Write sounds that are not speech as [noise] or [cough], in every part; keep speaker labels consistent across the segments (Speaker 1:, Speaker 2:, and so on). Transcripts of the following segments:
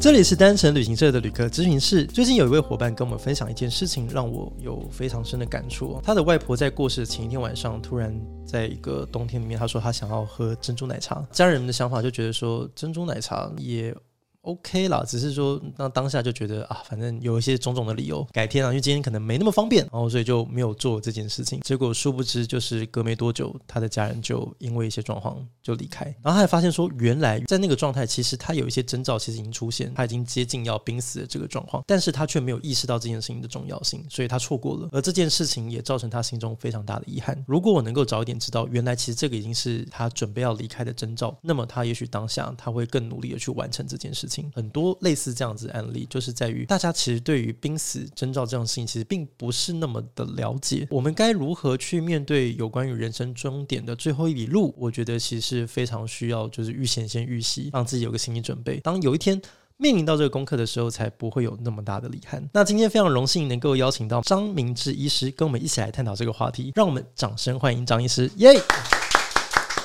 Speaker 1: 这里是单程旅行社的旅客咨询室。最近有一位伙伴跟我们分享一件事情，让我有非常深的感触哦。他的外婆在过世的前一天晚上，突然在一个冬天里面，他说他想要喝珍珠奶茶。家人们的想法就觉得说，珍珠奶茶也 OK 啦，只是说那当下就觉得啊，反正有一些种种的理由，改天啊，因为今天可能没那么方便，然后所以就没有做这件事情。结果殊不知，就是隔没多久，他的家人就因为一些状况就离开，然后他还发现说，原来在那个状态，其实他有一些征兆，其实已经出现，他已经接近要濒死的这个状况，但是他却没有意识到这件事情的重要性，所以他错过了，而这件事情也造成他心中非常大的遗憾。如果我能够早一点知道，原来其实这个已经是他准备要离开的征兆，那么他也许当下他会更努力的去完成这件事情。很多类似这样子的案例，就是在于大家其实对于濒死征兆这样的事情，其实并不是那么的了解。我们该如何去面对有关于人生终点的最后一里路？我觉得其实是非常需要，就是预先先预习，让自己有个心理准备。当有一天面临到这个功课的时候，才不会有那么大的遗憾。那今天非常荣幸能够邀请到张明志医师跟我们一起来探讨这个话题，让我们掌声欢迎张医师，耶、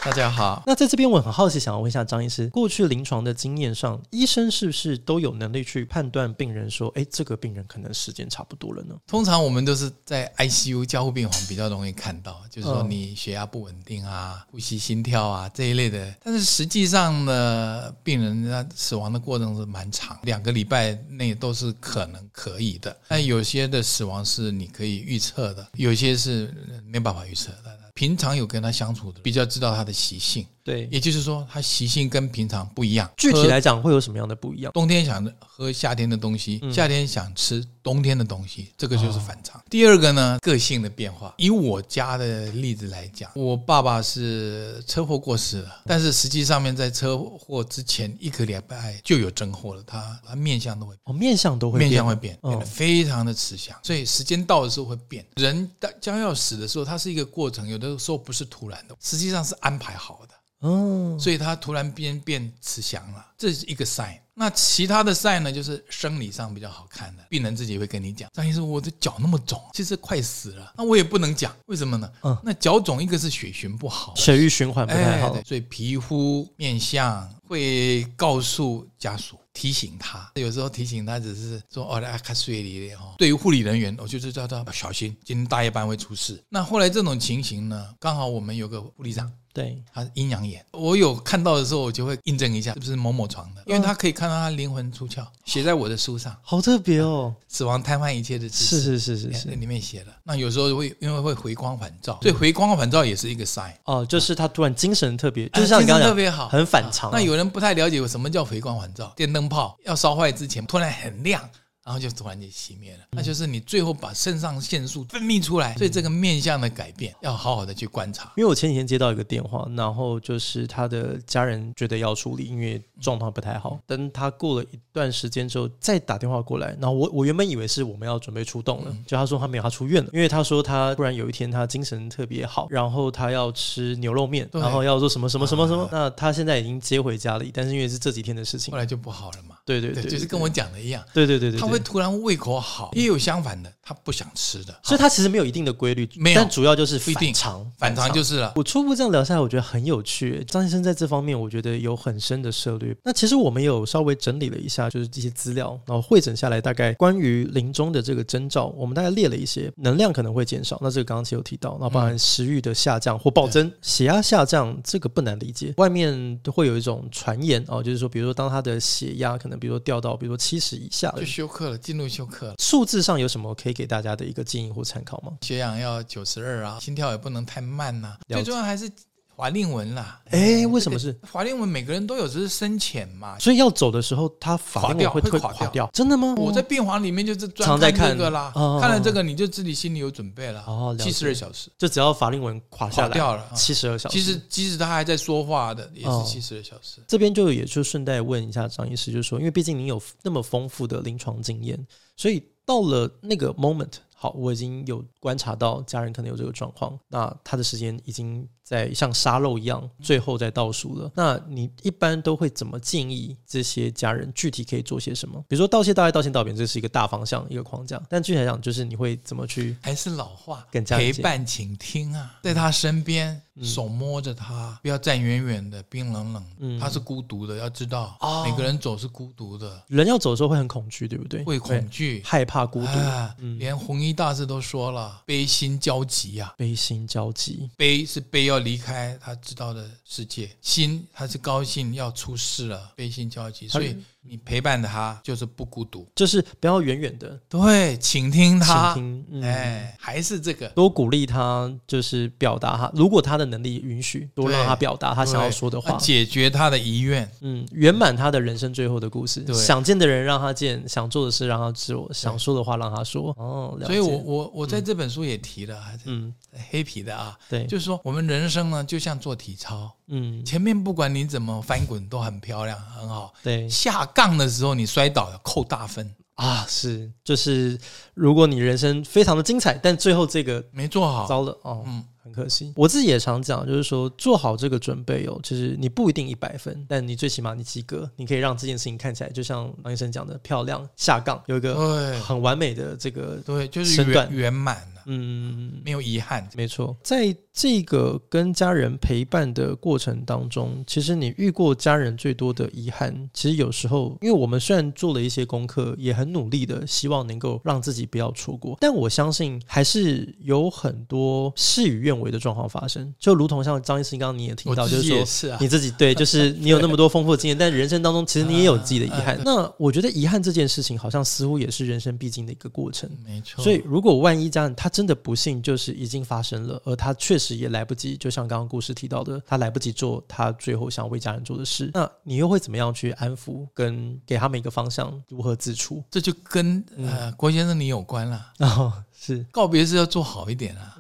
Speaker 2: 大家好，
Speaker 1: 那在这边我很好奇，想要问一下张医师，过去临床的经验上，医生是不是都有能力去判断病人说，哎，这个病人可能时间差不多了呢？
Speaker 2: 通常我们都是在 ICU 交互病房比较容易看到，就是说
Speaker 1: 嗯
Speaker 2: 你血压不稳定啊、呼吸、心跳啊这一类的。但是实际上呢，病人他死亡的过程是蛮长，两个礼拜内都是可能可以的。但有些的死亡是你可以预测的，有些是没办法预测的。平常有跟他相处的，比较知道他的习性，
Speaker 1: 对，
Speaker 2: 也就是说他习性跟平常不一样。
Speaker 1: 具体
Speaker 2: 喝
Speaker 1: 来讲会有什么样的不一样？
Speaker 2: 冬天想喝夏天的东西，
Speaker 1: 嗯哦
Speaker 2: 夏天想吃冬天的东西，这个就是反常。第二个呢，个性的变化。以我家的例子来讲，我爸爸是车祸过世了，但是实际上面在车祸之前一个礼拜就有征祸了，他他面相都会。
Speaker 1: 哦，面相都会变
Speaker 2: 面相会变，
Speaker 1: 嗯
Speaker 2: 变得非常的慈祥，所以时间到的时候会变。人到将要死的时候，它是一个过程，有的时候不是突然的，实际上是安排好的。
Speaker 1: 嗯，
Speaker 2: 所以他突然变变慈祥了，这是一个 sign。那其他的 sign 呢，就是生理上比较好看的，病人自己会跟你讲，张医生，我的脚那么肿，其实快死了，那我也不能讲，为什么呢？
Speaker 1: 嗯
Speaker 2: 那脚肿一个是血循不好，
Speaker 1: 血液循环不太
Speaker 2: 哎，
Speaker 1: 好
Speaker 2: 对，所以皮肤面相会告诉家属。提醒他，有时候提醒他只是说哦，来看睡里哦。对于护理人员，我就是叫他小心，今天大夜班会出事。那后来这种情形呢，刚好我们有个护理长，
Speaker 1: 对，
Speaker 2: 他是阴阳眼，我有看到的时候，我就会印证一下是不是某某床
Speaker 1: 嗯
Speaker 2: 的，因为他可以看到他灵魂出窍，写在我的书上，《
Speaker 1: 好特别哦，
Speaker 2: 死亡瘫痪一切的知识
Speaker 1: 是》是是是
Speaker 2: 哎
Speaker 1: 是，
Speaker 2: 里面写了。那有时候会因为会回光返照，所以回光返照也是一个 sign，
Speaker 1: 哦，就是他突然精神特别，就是像你
Speaker 2: 哎精
Speaker 1: 刚刚
Speaker 2: 神特
Speaker 1: 讲，
Speaker 2: 别好，
Speaker 1: 很啊反常。
Speaker 2: 那有人不太了解什么叫回光返照，电灯泡要烧坏之前突然很亮，然后就突然就熄灭
Speaker 1: 嗯
Speaker 2: 了，那就是你最后把肾上腺素分泌出来，所以这个面相的改变要好好的去观察。
Speaker 1: 因为我前几天接到一个电话，然后就是他的家人觉得要处理，因为状况不太好。等他过了一段时间之后，再打电话过来，然后我我原本以为是我们要准备出动了，
Speaker 2: 嗯
Speaker 1: 就他说他没有，他出院了，因为他说他突然有一天他精神特别好，然后他要吃牛肉面，
Speaker 2: 对啊
Speaker 1: 然后要做什么什么什么什么。那他现在已经接回家里，但是因为是这几天的事情
Speaker 2: 后，来就不好了嘛，
Speaker 1: 对对
Speaker 2: 对，
Speaker 1: 对，
Speaker 2: 就是跟我讲的一样。
Speaker 1: 对对对对，
Speaker 2: 他
Speaker 1: 对
Speaker 2: 会突然胃口好，也有相反的，他不想吃的，
Speaker 1: 所以他其实没有一定的规律，
Speaker 2: 没有
Speaker 1: 但主要就是
Speaker 2: 不一定
Speaker 1: 反常，
Speaker 2: 反常就是了。
Speaker 1: 我初步这样聊下来，我觉得很有趣。张先生在这方面，我觉得有很深的涉猎。那其实我们有稍微整理了一下，就是这些资料，然后汇整下来，大概关于临终的这个征兆，我们大概列了一些，能量可能会减少，那这个刚刚其实有提到，那包含食欲的下降或暴增，血压下降，这个不难理解。外面都会有一种传言哦，就是说，比如说当他的血压可能，比如说掉到，比如说七十以下了
Speaker 2: 就，休克了，进入休克了，
Speaker 1: 数字上有什么可以给大家的一个建议或参考吗？
Speaker 2: 血氧要九十二啊，心跳也不能太慢呐、
Speaker 1: 了解
Speaker 2: 最重要还是法令纹啦。
Speaker 1: 哎，为什么是？
Speaker 2: 法令纹每个人都有，只是深浅嘛。
Speaker 1: 所以要走的时候，他法
Speaker 2: 垮
Speaker 1: 令
Speaker 2: 掉
Speaker 1: 会
Speaker 2: 会
Speaker 1: 退
Speaker 2: 垮掉
Speaker 1: 真的吗？
Speaker 2: 我在病房里面就是专
Speaker 1: 哦常在看
Speaker 2: 这个啦，
Speaker 1: 哦
Speaker 2: 看了这个你就自己心里有准备了。
Speaker 1: 哦了解
Speaker 2: 七十二小时
Speaker 1: 就只要法令纹垮下
Speaker 2: 垮
Speaker 1: 来，
Speaker 2: 掉了，啊
Speaker 1: 七十二小时。
Speaker 2: 其实即使他还在说话的，也
Speaker 1: 哦
Speaker 2: 是七十二小时。
Speaker 1: 这边就也就顺带问一下张医师，就是说，因为毕竟您有那么丰富的临床经验，所以到了那个 moment，好，我已经有观察到家人可能有这个状况，那他的时间已经在像沙漏一样，最后再倒数了。那你一般都会怎么建议这些家人具体可以做些什么？比如说道谢、道爱、道歉、道别，这是一个大方向、一个框架。但具体来讲，就是你会怎么去？
Speaker 2: 还是老话，
Speaker 1: 更加理
Speaker 2: 陪
Speaker 1: 解
Speaker 2: 伴倾听啊，在他身边，手摸着他，不要站远远的，冰冷冷的。
Speaker 1: 嗯
Speaker 2: 他是孤独的，要知道，
Speaker 1: 哦
Speaker 2: 每个人走是孤独的，
Speaker 1: 人要走的时候会很恐惧，对不对？
Speaker 2: 会恐惧，
Speaker 1: 害怕孤独、
Speaker 2: 啊
Speaker 1: 嗯
Speaker 2: 连弘一大师都说了，悲心交集呀、啊。
Speaker 1: 悲心交集。
Speaker 2: 悲是悲要离开他知道的世界，心他是高兴要出世了，悲心交集，所以你陪伴他就是不孤独，
Speaker 1: 就是不要远远的
Speaker 2: 对，倾听他，
Speaker 1: 倾听，嗯、
Speaker 2: 哎，还是这个，
Speaker 1: 多鼓励他，就是表达他，如果他的能力允许，多让他表达他想要说的
Speaker 2: 对
Speaker 1: 话，
Speaker 2: 啊解决他的遗愿，
Speaker 1: 嗯，圆满他的人生最后的故事。
Speaker 2: 对
Speaker 1: 想见的人让他见，想做的事让他做，想说的话让他说。哦，了
Speaker 2: 所
Speaker 1: 解。
Speaker 2: 以我我我在这本书也提了，还是
Speaker 1: 嗯，
Speaker 2: 黑皮的啊，
Speaker 1: 对，
Speaker 2: 就是说我们人生呢，就像做体操，
Speaker 1: 嗯，
Speaker 2: 前面不管你怎么翻滚都很漂亮，很好，
Speaker 1: 对
Speaker 2: 下杠的时候你摔倒了扣大分，
Speaker 1: 啊，是，就是如果你人生非常的精彩，但最后这个
Speaker 2: 没做好，
Speaker 1: 糟了哦，
Speaker 2: 嗯，
Speaker 1: 很可惜。我自己也常讲，就是说做好这个准备哦，就是你不一定一百分，但你最起码你及格，你可以让这件事情看起来就像王医生讲的漂亮下杠，有一个
Speaker 2: 对
Speaker 1: 很完美的这个，
Speaker 2: 对，就是
Speaker 1: 嗯身
Speaker 2: 圆
Speaker 1: 段
Speaker 2: 圆满了，
Speaker 1: 嗯，
Speaker 2: 没有遗憾。
Speaker 1: 没错，在这个跟家人陪伴的过程当中，其实你遇过家人最多的遗憾，其实有时候，因为我们虽然做了一些功课，也很努力的希望能够让自己不要错过，但我相信还是有很多事与愿违的状况发生，就如同像张医师刚刚你也提
Speaker 2: 我
Speaker 1: 到，就是
Speaker 2: 自己
Speaker 1: 说
Speaker 2: 也是啊
Speaker 1: [laughs] 你，自己对，就是你有那么多丰富的经验，但人生当中其实你也有自己的遗
Speaker 2: [laughs]
Speaker 1: 憾。那我觉得遗憾这件事情，好像似乎也是人生必经的一个过程。
Speaker 2: 没错。
Speaker 1: 所以，如果万一家人他真的不幸就是已经发生了，而他确实也来不及，就像刚刚故事提到的，他来不及做他最后想为家人做的
Speaker 2: 嗯
Speaker 1: 事，那你又会怎么样去安抚跟给他们一个方向，如何自处？
Speaker 2: 这就跟
Speaker 1: 嗯
Speaker 2: 呃郭先生你有关了。
Speaker 1: 哦，是
Speaker 2: 告别是要做好一点啊，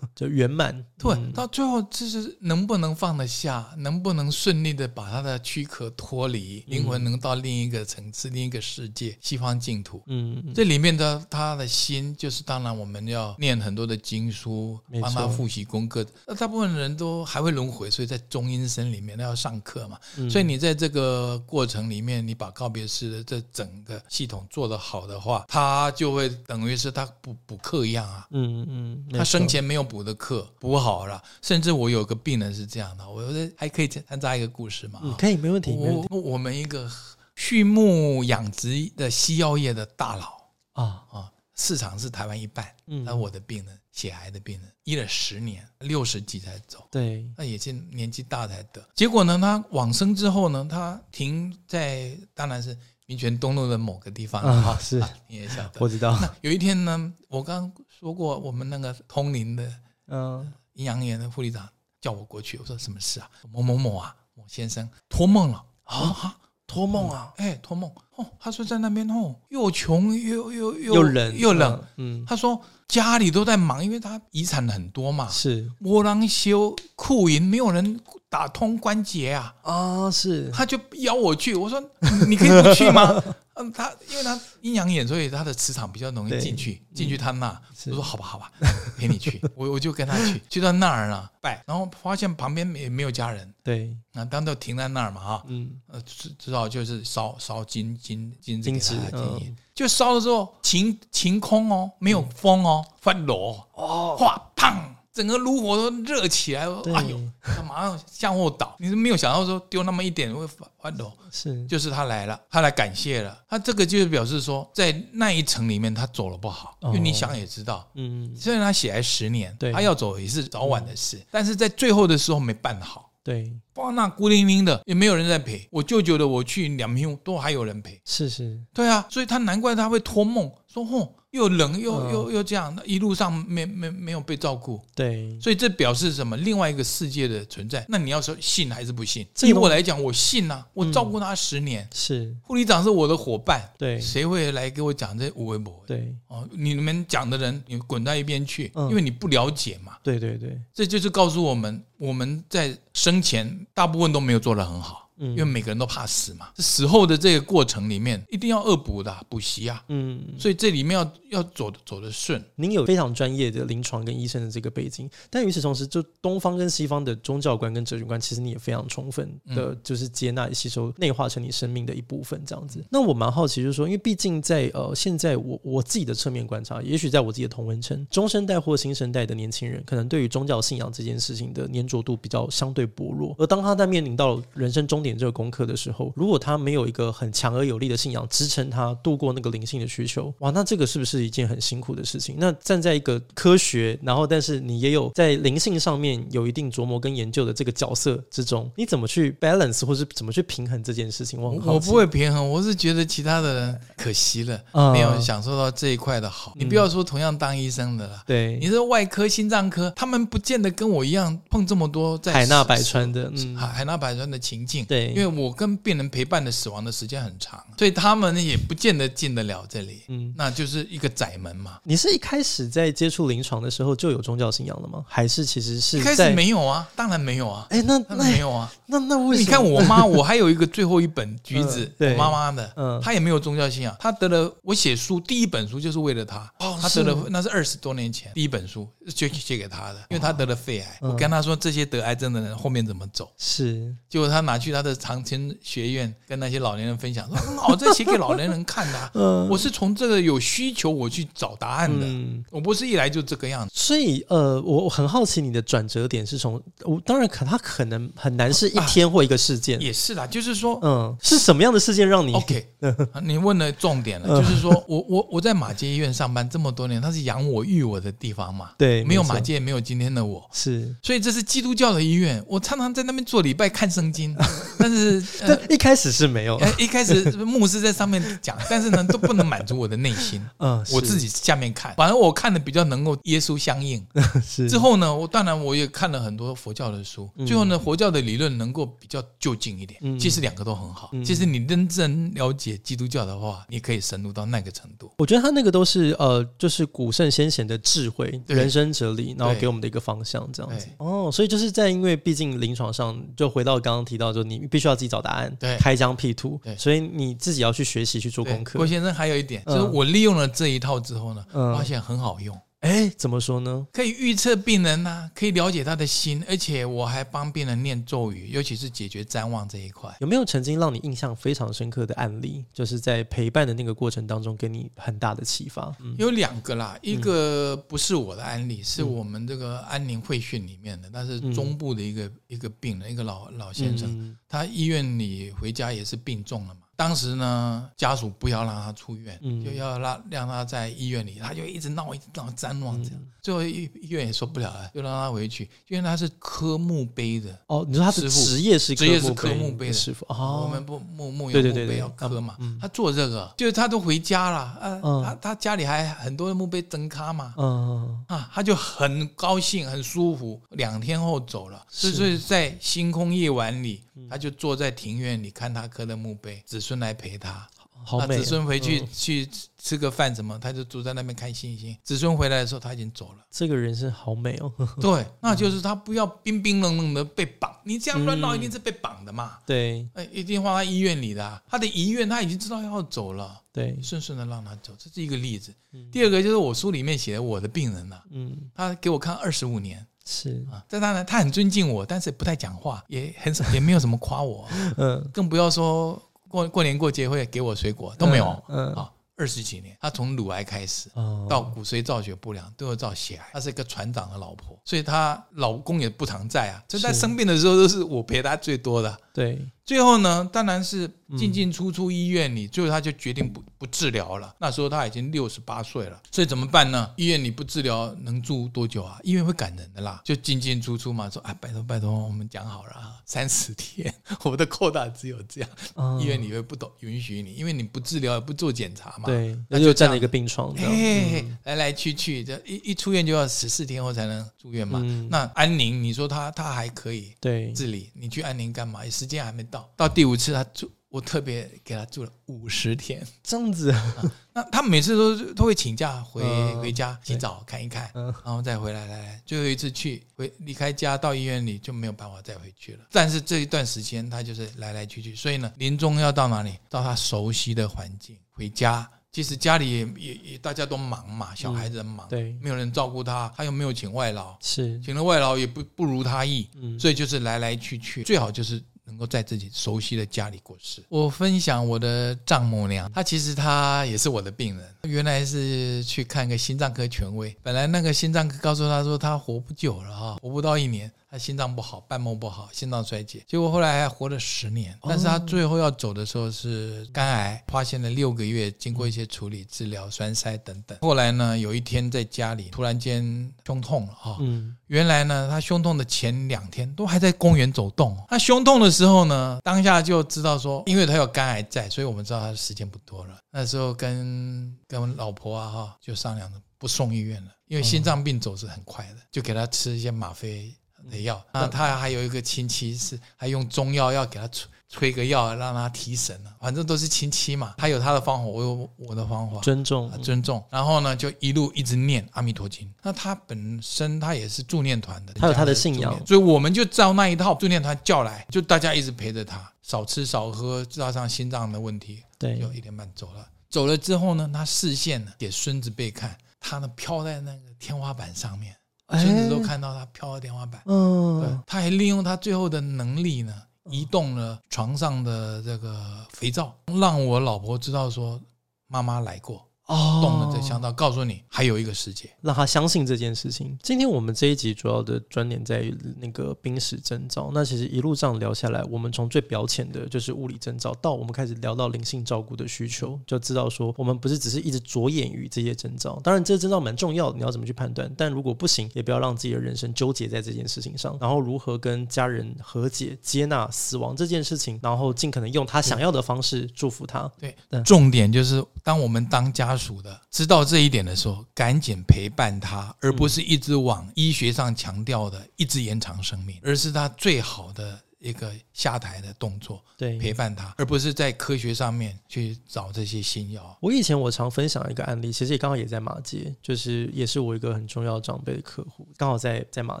Speaker 1: 就圆满，
Speaker 2: 对，
Speaker 1: 嗯
Speaker 2: 到最后就是能不能放得下，能不能顺利的把他的躯壳脱离，
Speaker 1: 嗯
Speaker 2: 灵魂能到另一个层次、另一个世界、西方净土。
Speaker 1: 嗯，嗯
Speaker 2: 这里面的他的心，就是当然我们要念很多的经书
Speaker 1: 没，错
Speaker 2: 帮他复习功课。那大部分人都还会轮回，所以在中阴身里面那要上课嘛。
Speaker 1: 嗯
Speaker 2: 所以你在这个过程里面，你把告别式的这整个系统做得好的话，他就会等于是他补补课一样啊。
Speaker 1: 嗯嗯，没
Speaker 2: 他生
Speaker 1: 错
Speaker 2: 前没有补的课补好了，甚至我有个病人是这样的，我觉得还可以参加一个故事嘛。
Speaker 1: 嗯
Speaker 2: 啊
Speaker 1: 可以没问题，没问
Speaker 2: 我
Speaker 1: 题
Speaker 2: 我们一个畜牧养殖的西药业的大佬
Speaker 1: 啊，
Speaker 2: 啊，市场是台湾一半，
Speaker 1: 嗯
Speaker 2: 那，我的病人血癌的病人医了十年，六十几才走。
Speaker 1: 对，
Speaker 2: 那也是年纪大才得。结果呢，他往生之后呢，他停在当然是民权东路的某个地方
Speaker 1: 啊
Speaker 2: 啊，
Speaker 1: 是
Speaker 2: 你也晓得。
Speaker 1: 我知道，
Speaker 2: 有一天呢，我刚说过，我们那个通灵的
Speaker 1: 嗯，
Speaker 2: 阴阳眼的护理长叫我过去，我说什么事啊？某某某啊，某先生托梦了啊哈，
Speaker 1: 托梦啊，
Speaker 2: 哎，托梦哦，他说在那边哦，又穷又又又
Speaker 1: 又冷
Speaker 2: 又冷，，
Speaker 1: 嗯，
Speaker 2: 他说家里都在忙，因为他遗产很多嘛
Speaker 1: 嗯，是
Speaker 2: 窝囊修库银，没有人打通关节啊。
Speaker 1: 啊， [laughs] 是，
Speaker 2: 他就邀我去，我说你你可以不去吗？嗯，他因为他阴阳眼，所以他的磁场比较容易
Speaker 1: 对嗯
Speaker 2: 进去，进去他那。
Speaker 1: 是
Speaker 2: 我说好吧，好吧，陪
Speaker 1: [laughs]
Speaker 2: 你去，我我就跟他去，去到那儿了，拜，然后发现旁边也没有家人，
Speaker 1: 对，
Speaker 2: 那当时停在那儿嘛啊，
Speaker 1: 嗯，
Speaker 2: 呃，知知道就是烧烧金金金子
Speaker 1: 金
Speaker 2: 给
Speaker 1: 纸
Speaker 2: 他金
Speaker 1: 嗯
Speaker 2: 银，就烧的时候晴晴空哦，没有风哦，
Speaker 1: 嗯
Speaker 2: 发罗哦，哗砰，整个炉火都热起来，我
Speaker 1: 对，
Speaker 2: 哎呦，他马上向后倒，你是没有想到说丢那么一点会发发抖，
Speaker 1: 是，
Speaker 2: 就是他来了，他来感谢了，他这个就是表示说，在那一层里面他走了不好，
Speaker 1: 哦
Speaker 2: 因为你想也知道，
Speaker 1: 嗯，
Speaker 2: 虽然他写来十年，
Speaker 1: 对
Speaker 2: 他要走也是早晚的事，但是在最后的时候没办好，
Speaker 1: 对，
Speaker 2: 哇，那孤零零的也没有人在陪，我舅舅的我去两平都还有人陪，
Speaker 1: 是是，
Speaker 2: 对啊，所以他难怪他会托梦说，哦，又冷又
Speaker 1: 嗯
Speaker 2: 又又这样，一路上没没没有被照顾，
Speaker 1: 对，
Speaker 2: 所以这表示什么？另外一个世界的存在。那你要说信还是不信？
Speaker 1: 这个
Speaker 2: 以我来讲，我信啊，我照顾他十年，
Speaker 1: 是，
Speaker 2: 护理长是我的伙伴，
Speaker 1: 对
Speaker 2: 谁会来给我讲这无微不微？
Speaker 1: 对，
Speaker 2: 哦，你们讲的人，你滚到一边去，
Speaker 1: 嗯
Speaker 2: 因为你不了解嘛。
Speaker 1: 对对对，
Speaker 2: 这就是告诉我们，我们在生前大部分都没有做得很好，
Speaker 1: 嗯
Speaker 2: 因为每个人都怕死嘛。死后的这个过程里面，一定要恶补的啊、补习啊，
Speaker 1: 嗯，
Speaker 2: 所以这里面要要走走得顺。
Speaker 1: 您有非常专业的临床跟医生的这个背景，但与此同时，就东方跟西方的宗教观跟哲学观，其实你也非常充分的，
Speaker 2: 嗯
Speaker 1: 就是接纳、吸收、内化成你生命的一部分，这样子。那我蛮好奇，就是说，因为毕竟在呃现在我我自己的侧面观察，也许在我自己的同温层，中生代或新生代的年轻人，可能对于宗教信仰这件事情的粘着度比较相对薄弱，而当他在面临到人生终点这个功课的时候，如果他没有一个很强而有力的信仰支撑他度过那个灵性的需求，哇，那这个是不是一件很辛苦的事情？那站在一个科学，然后但是你也有在灵性上面有一定琢磨跟研究的这个角色之中，你怎么去 balance 或是怎么去平衡这件事情？我很好
Speaker 2: 我
Speaker 1: 奇
Speaker 2: 不会平衡，我是觉得其他的人可惜了，
Speaker 1: 嗯
Speaker 2: 没有享受到这一块的好。你不要说同样当医生的啦，
Speaker 1: 对
Speaker 2: 你说外科、心脏科，他们不见得跟我一样碰这么多在
Speaker 1: 海纳
Speaker 2: 死
Speaker 1: 百川的，嗯，
Speaker 2: 海海纳百川的情境。
Speaker 1: 对
Speaker 2: 因为我跟病人陪伴的死亡的时间很长，所以他们也不见得进得了这里。
Speaker 1: 嗯
Speaker 2: 那就是一个窄门嘛。
Speaker 1: 你是一开始在接触临床的时候就有宗教信仰了吗？还是其实
Speaker 2: 一
Speaker 1: 是
Speaker 2: 开始
Speaker 1: 在？
Speaker 2: 没有啊，当然没有啊，
Speaker 1: 哎、 [laughs] 那
Speaker 2: 当然没
Speaker 1: 那
Speaker 2: 有啊。
Speaker 1: 那那为什么？
Speaker 2: 你看我妈，我还有一个最后一本橘
Speaker 1: [laughs]
Speaker 2: 子
Speaker 1: 嗯，对
Speaker 2: 我妈妈的，
Speaker 1: 嗯
Speaker 2: 她也没有宗教信仰，她得了我写书第一本书就是为了她，
Speaker 1: 哦
Speaker 2: 她
Speaker 1: 是
Speaker 2: 得
Speaker 1: 吗哦
Speaker 2: 了那是二十多年前第一本书就写给她的，因为她得了肺癌，
Speaker 1: 嗯
Speaker 2: 我跟她说这些得癌症的人后面怎么走，
Speaker 1: 是
Speaker 2: 结果她拿去她的长青学院跟那些老年人分享，说嗯我这写给老年人看
Speaker 1: [laughs]
Speaker 2: 的啊，我是从这个有需求我去找答案的，
Speaker 1: 嗯，
Speaker 2: 我不是一来就这个样子。
Speaker 1: 所以呃，我我很好奇你的转折点是从我当然可它可能很难是一天或一个事件，
Speaker 2: 也是啦，就是说，
Speaker 1: 嗯，是什么样的事件让你嗯
Speaker 2: OK，啊
Speaker 1: [laughs]
Speaker 2: 你问了重点了，就是说我我我在马街医院上班这么多年，它是养我育我的地方嘛，
Speaker 1: 对
Speaker 2: 没有
Speaker 1: 没错
Speaker 2: 马街也没有今天的我，
Speaker 1: 是？
Speaker 2: 所以这是基督教的医院，我常常在那边做礼拜看
Speaker 1: [laughs]
Speaker 2: 圣经，但是呃
Speaker 1: 但一开始是没有，
Speaker 2: 呃一开始牧师在上面讲，但是呢都不能满足我的内
Speaker 1: [laughs]
Speaker 2: 心，
Speaker 1: 嗯，
Speaker 2: 我自己下面看，反而我看的比较能够耶稣相应。
Speaker 1: 是
Speaker 2: 之后呢，我当然我也看了很多佛教的书，
Speaker 1: 嗯
Speaker 2: 最后呢，佛教的理论能够比较就近一点。
Speaker 1: 嗯
Speaker 2: 其实两个都很好。
Speaker 1: 嗯
Speaker 2: 其实你认真了解基督教的话，你可以深入到那个程度。
Speaker 1: 我觉得他那个都是呃，就是古圣先贤的智慧、
Speaker 2: 对
Speaker 1: 人生哲理，然后
Speaker 2: 对
Speaker 1: 给我们的一个方向，这样子
Speaker 2: 对。
Speaker 1: 哦，所以就是在因为毕竟临床上，就回到刚刚提到，就你必须要自己找答案，
Speaker 2: 对
Speaker 1: 开疆辟土，
Speaker 2: 对
Speaker 1: 所以你自己要去学习去做
Speaker 2: 对
Speaker 1: 功课
Speaker 2: 郭。先生还有一点，
Speaker 1: 嗯
Speaker 2: 就是我利用了这一套之后呢，
Speaker 1: 嗯
Speaker 2: 发现很好用，
Speaker 1: 哎，怎么说呢？
Speaker 2: 可以预测病人呐、可以了解他的心，而且我还帮病人念咒语，尤其是解决谵妄这一块。
Speaker 1: 有没有曾经让你印象非常深刻的案例，就是在陪伴的那个过程当中，给你很大的启发？嗯
Speaker 2: 有两个啦，一个不是我的案例，是我们这个安宁会训里面的，但是中部的一个、一个病人，一个老老先生，
Speaker 1: 嗯
Speaker 2: 他医院里回家也是病重了嘛。当时呢，家属不要让他出院，
Speaker 1: 嗯
Speaker 2: 就要让让他在医院里，他就一直闹，一直闹，瞻望哦
Speaker 1: 嗯
Speaker 2: 这样。最后医医院也受不了了，就让他回去，因为他是科墓碑的，
Speaker 1: 哦，你说他的
Speaker 2: 师傅
Speaker 1: 职业是
Speaker 2: 职业是
Speaker 1: 科
Speaker 2: 科目碑的
Speaker 1: 师傅
Speaker 2: 我
Speaker 1: 哦，
Speaker 2: 们不墓墓
Speaker 1: 对
Speaker 2: 有
Speaker 1: 对
Speaker 2: 墓
Speaker 1: 对对
Speaker 2: 碑要刻嘛，
Speaker 1: 嗯
Speaker 2: 他做这个，就是他都回家了，啊，
Speaker 1: 嗯
Speaker 2: 他他家里还很多的墓碑增咖嘛，
Speaker 1: 嗯，
Speaker 2: 啊，他就很高兴，很舒服。两天后走了，
Speaker 1: 是嗯
Speaker 2: 就是在星空夜晚里，他就坐在庭院里看他刻的墓碑，子孙来陪他。
Speaker 1: 好
Speaker 2: 啊
Speaker 1: 美啊。。
Speaker 2: 子孙回去、去吃个饭什么，他就坐在那边看星星。子孙回来的时候，他已经走了
Speaker 1: [laughs] 这个人生好美哦， [laughs]
Speaker 2: 对，那就是他不要冰冰冷冷的被绑，你这样乱
Speaker 1: 嗯
Speaker 2: 闹一定是被绑的嘛。
Speaker 1: 对
Speaker 2: 那哎一定放在医院里的啊、他的遗愿他已经知道要走了，
Speaker 1: 对，
Speaker 2: 顺顺的让他走，这是一个例子。第二个就是我书里面写的我的病人呐、啊
Speaker 1: 嗯，
Speaker 2: 他给我看二十五年，
Speaker 1: 是，
Speaker 2: 啊，这当然他很尊敬我，但是不太讲话，也很少，也没有什么夸我，
Speaker 1: 嗯，
Speaker 2: 更不要说过过年过节会给我水 [laughs] 果都没有
Speaker 1: 嗯，嗯
Speaker 2: 啊。二十几年，他从乳癌开始
Speaker 1: 哦
Speaker 2: 到骨髓造血不良，都有造血癌。她是一个船长的老婆，所以她老公也不常在啊，所以她
Speaker 1: 是
Speaker 2: 生病的时候都是我陪她最多的。
Speaker 1: 对，
Speaker 2: 最后呢，当然是
Speaker 1: 嗯
Speaker 2: 进进出出医院里，最后他就决定不不治疗了。那时候他已经六十八岁了，所以怎么办呢？医院里不治疗能住多久啊？医院会赶人的啦，就进进出出嘛。说啊，拜托拜托，我们讲好了啊，三十天， [laughs] 我的扣打只有这样，
Speaker 1: 嗯
Speaker 2: 医院里会不懂允许你，因为你不治疗也不做检查
Speaker 1: 嗯
Speaker 2: 嘛。，
Speaker 1: 对，嗯那
Speaker 2: 那就
Speaker 1: 就
Speaker 2: 这
Speaker 1: 站
Speaker 2: 样
Speaker 1: 了一个病床这样，
Speaker 2: 哎，来来去去，这一一出院就要十四天后才能住院嘛。
Speaker 1: 嗯
Speaker 2: 那安宁，你说他他还可以，
Speaker 1: 对，
Speaker 2: 治理，你去安宁干嘛？时间还没到，到第五次他住我特别给他住了五十天。
Speaker 1: 这样子，
Speaker 2: [laughs]
Speaker 1: 啊
Speaker 2: 那他每次都都会请假回、
Speaker 1: 嗯
Speaker 2: 回家洗
Speaker 1: 对
Speaker 2: 澡看一看，
Speaker 1: 嗯
Speaker 2: 然后再回来来来。最后一次去回离开家到医院里就没有办法再回去了。但是这一段时间他就是来来去去，所以呢，临终要到哪里？到他熟悉的环境，回家。其实家里也也也大家都忙嘛，小孩子忙，
Speaker 1: 对，
Speaker 2: 没有人照顾他，他又没有请外劳，
Speaker 1: 是，
Speaker 2: 请了外劳也不不如他意，
Speaker 1: 嗯，
Speaker 2: 所以就是来来去去，最好就是能够在自己熟悉的家里过世。我分享我的丈母娘，她其实她也是我的病人，原来是去看个心脏科权威，本来那个心脏科告诉她说她活不久了啊，活不到一年。她心脏不好，瓣膜不好，心脏衰竭，结果后来还活了十年。但是她最后要走的时候是肝癌，发现了六个月，经过一些处理、治疗、栓塞等等。后来呢，有一天在家里突然间胸痛了啊，
Speaker 1: 嗯，
Speaker 2: 原来呢，他胸痛的前两天都还在公园走动。他胸痛的时候呢，当下就知道说，因为他有肝癌在，所以我们知道他的时间不多了。那时候跟跟老婆啊哈就商量着不送医院了，因为心脏病走是很快的，就给他吃一些吗啡的药。那他还有一个亲戚是还用中药要给他吹吹个药让他提神啊，反正都是亲戚嘛，他有他的方法，我有我的方法。
Speaker 1: 尊重
Speaker 2: 啊，尊重，然后呢，就一路一直念《阿弥陀经》。那他本身他也是助念团的，
Speaker 1: 他有他的信
Speaker 2: 助念
Speaker 1: 仰
Speaker 2: 所以我们就照那一套助念团叫来，就大家一直陪着他，少吃少喝，加上心脏的问题，
Speaker 1: 对，
Speaker 2: 就一点半走了。走了之后呢，他视线呢给孙子辈看，他呢飘在那个天花板上面，孙子都
Speaker 1: 哎，
Speaker 2: 看到他飘在天花板。对
Speaker 1: 嗯，，
Speaker 2: 他还利用他最后的能力呢，移动了床上的这个肥皂，让我老婆知道说妈妈来过。
Speaker 1: 哦，
Speaker 2: 动了这香道，告诉你还有一个世界。
Speaker 1: 让他相信这件事情。今天我们这一集主要的专点在于那个濒死征兆。那其实一路这样聊下来，我们从最表浅的就是物理征兆，到我们开始聊到灵性照顾的需求，就知道说我们不是只是一直着眼于这些征兆。当然，这些征兆蛮重要的，你要怎么去判断？但如果不行，也不要让自己的人生纠结在这件事情上。然后如何跟家人和解、接纳死亡这件事情，然后尽可能用他想要的方式祝福他。
Speaker 2: 对
Speaker 1: 嗯，
Speaker 2: 重点就是当我们当家属的知道这一点的时候，赶紧陪伴他，而不是一直往医学上强调的一直延长生命，而是他最好的一个下台的动作，
Speaker 1: 对，
Speaker 2: 陪伴他，而不是在科学上面去找这些新药。
Speaker 1: 我以前我常分享一个案例，其实也刚好也在马街，就是也是我一个很重要的长辈的客户，刚好在在马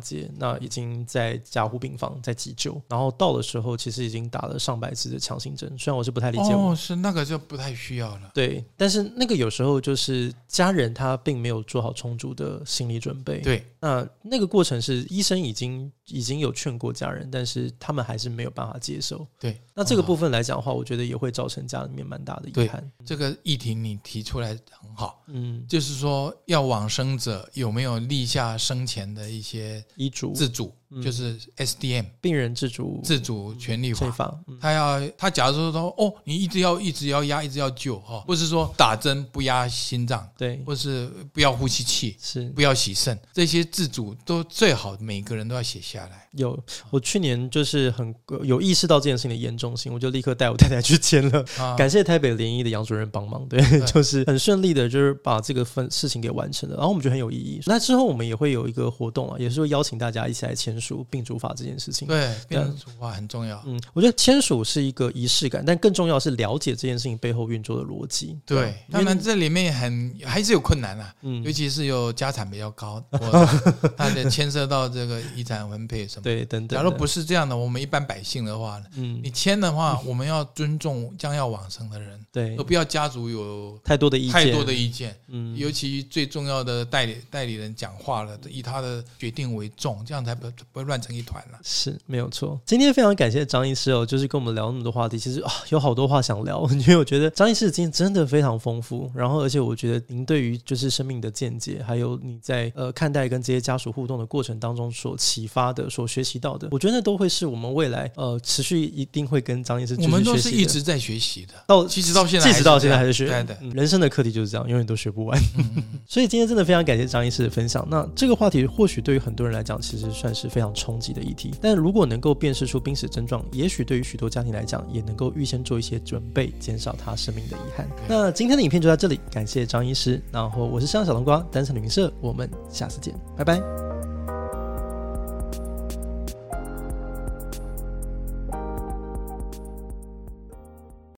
Speaker 1: 街，那已经在加护病房在急救，然后到的时候其实已经打了上百支的强心针，虽然我是不太理解我。
Speaker 2: 哦，是那个就不太需要了。
Speaker 1: 对，但是那个有时候就是家人他并没有做好充足的心理准备。，
Speaker 2: 对，
Speaker 1: 那那个过程是医生已经已经有劝过家人，但是他们还是没有办法接受。
Speaker 2: 对，
Speaker 1: 那这个
Speaker 2: 很好
Speaker 1: 部分来讲的话，我觉得也会造成家里面蛮大的
Speaker 2: 对
Speaker 1: 遗憾。
Speaker 2: 这个议题你提出来很好，
Speaker 1: 嗯，
Speaker 2: 就是说要往生者有没有立下生前的一些
Speaker 1: 医嘱、
Speaker 2: 自
Speaker 1: 嗯
Speaker 2: 主，就是 SDM
Speaker 1: 病人自主
Speaker 2: 自主权利
Speaker 1: 这
Speaker 2: 法。
Speaker 1: 法，嗯
Speaker 2: 他要他假如说说哦，你一直要一直要压，一直要救哈、哦，或是说打针不压心脏，
Speaker 1: 对，
Speaker 2: 或是不要呼吸器，
Speaker 1: 是
Speaker 2: 不要洗肾，这些自主都最好每个人都要写下来。
Speaker 1: 有。我去年就是很有意识到这件事情的严重性，我就立刻带我太太去签了。
Speaker 2: 啊
Speaker 1: 感谢台北联谊的杨主任帮忙，对， [laughs] 就是很顺利的，就是把这个分事情给完成了，然后我们觉得很有意义。那之后我们也会有一个活动啊，也是会邀请大家一起来签署病主法这件事情。
Speaker 2: 对，啊病人主法很重要。
Speaker 1: 嗯，我觉得签署是一个仪式感，但更重要是了解这件事情背后运作的逻辑。
Speaker 2: 对，
Speaker 1: 因
Speaker 2: 当
Speaker 1: 为
Speaker 2: 然这里面很还是有困难啊，
Speaker 1: 嗯
Speaker 2: 尤，其是有家产比较高，
Speaker 1: [laughs]
Speaker 2: 我它的牵涉到这个遗产分配什么。
Speaker 1: 对，等等的。
Speaker 2: 假如不是这样的，我们一般百姓的话呢，
Speaker 1: 嗯
Speaker 2: 你，签的话，我们要尊重将要往生的人，
Speaker 1: 对
Speaker 2: 而，不要家族有
Speaker 1: 太多的意见，
Speaker 2: 太多的意见。
Speaker 1: 嗯，
Speaker 2: 尤其最重要的代理代理人讲话了，以他的决定为重，这样才不不会乱成一团了。
Speaker 1: 是没有错。今天非常感谢张医师哦，就是跟我们聊那么多话题，其实啊有好多话想聊， [laughs] 因为我觉得张医师今天真的非常丰富，然后而且我觉得您对于就是生命的见解，还有你在呃看待跟这些家属互动的过程当中所启发的、所学习到的，我觉得那都会是我们未来呃持续一定会跟张医师继
Speaker 2: 我
Speaker 1: 续
Speaker 2: 们都
Speaker 1: 学
Speaker 2: 是
Speaker 1: 习
Speaker 2: 一
Speaker 1: 的。
Speaker 2: 直在学习的，
Speaker 1: 到
Speaker 2: 其实到现在
Speaker 1: 即
Speaker 2: 还
Speaker 1: 使
Speaker 2: 是
Speaker 1: 到
Speaker 2: 这
Speaker 1: 现在
Speaker 2: 样
Speaker 1: 还是学，
Speaker 2: 对嗯的
Speaker 1: 嗯人生的课题就是这样，永远都学不完。 [laughs] 所以今天真的非常感谢张医师的分享。那这个话题或许对于很多人来讲，其实算是非常冲击的议题。但如果能够辨识出濒死症状，也许对于许多家庭来讲，也能够预先做一些准备，减少他生命的遗憾。那今天的影片就到这里，感谢张医师。然后我是香港小冬瓜，单身旅行社，我们下次见，拜拜。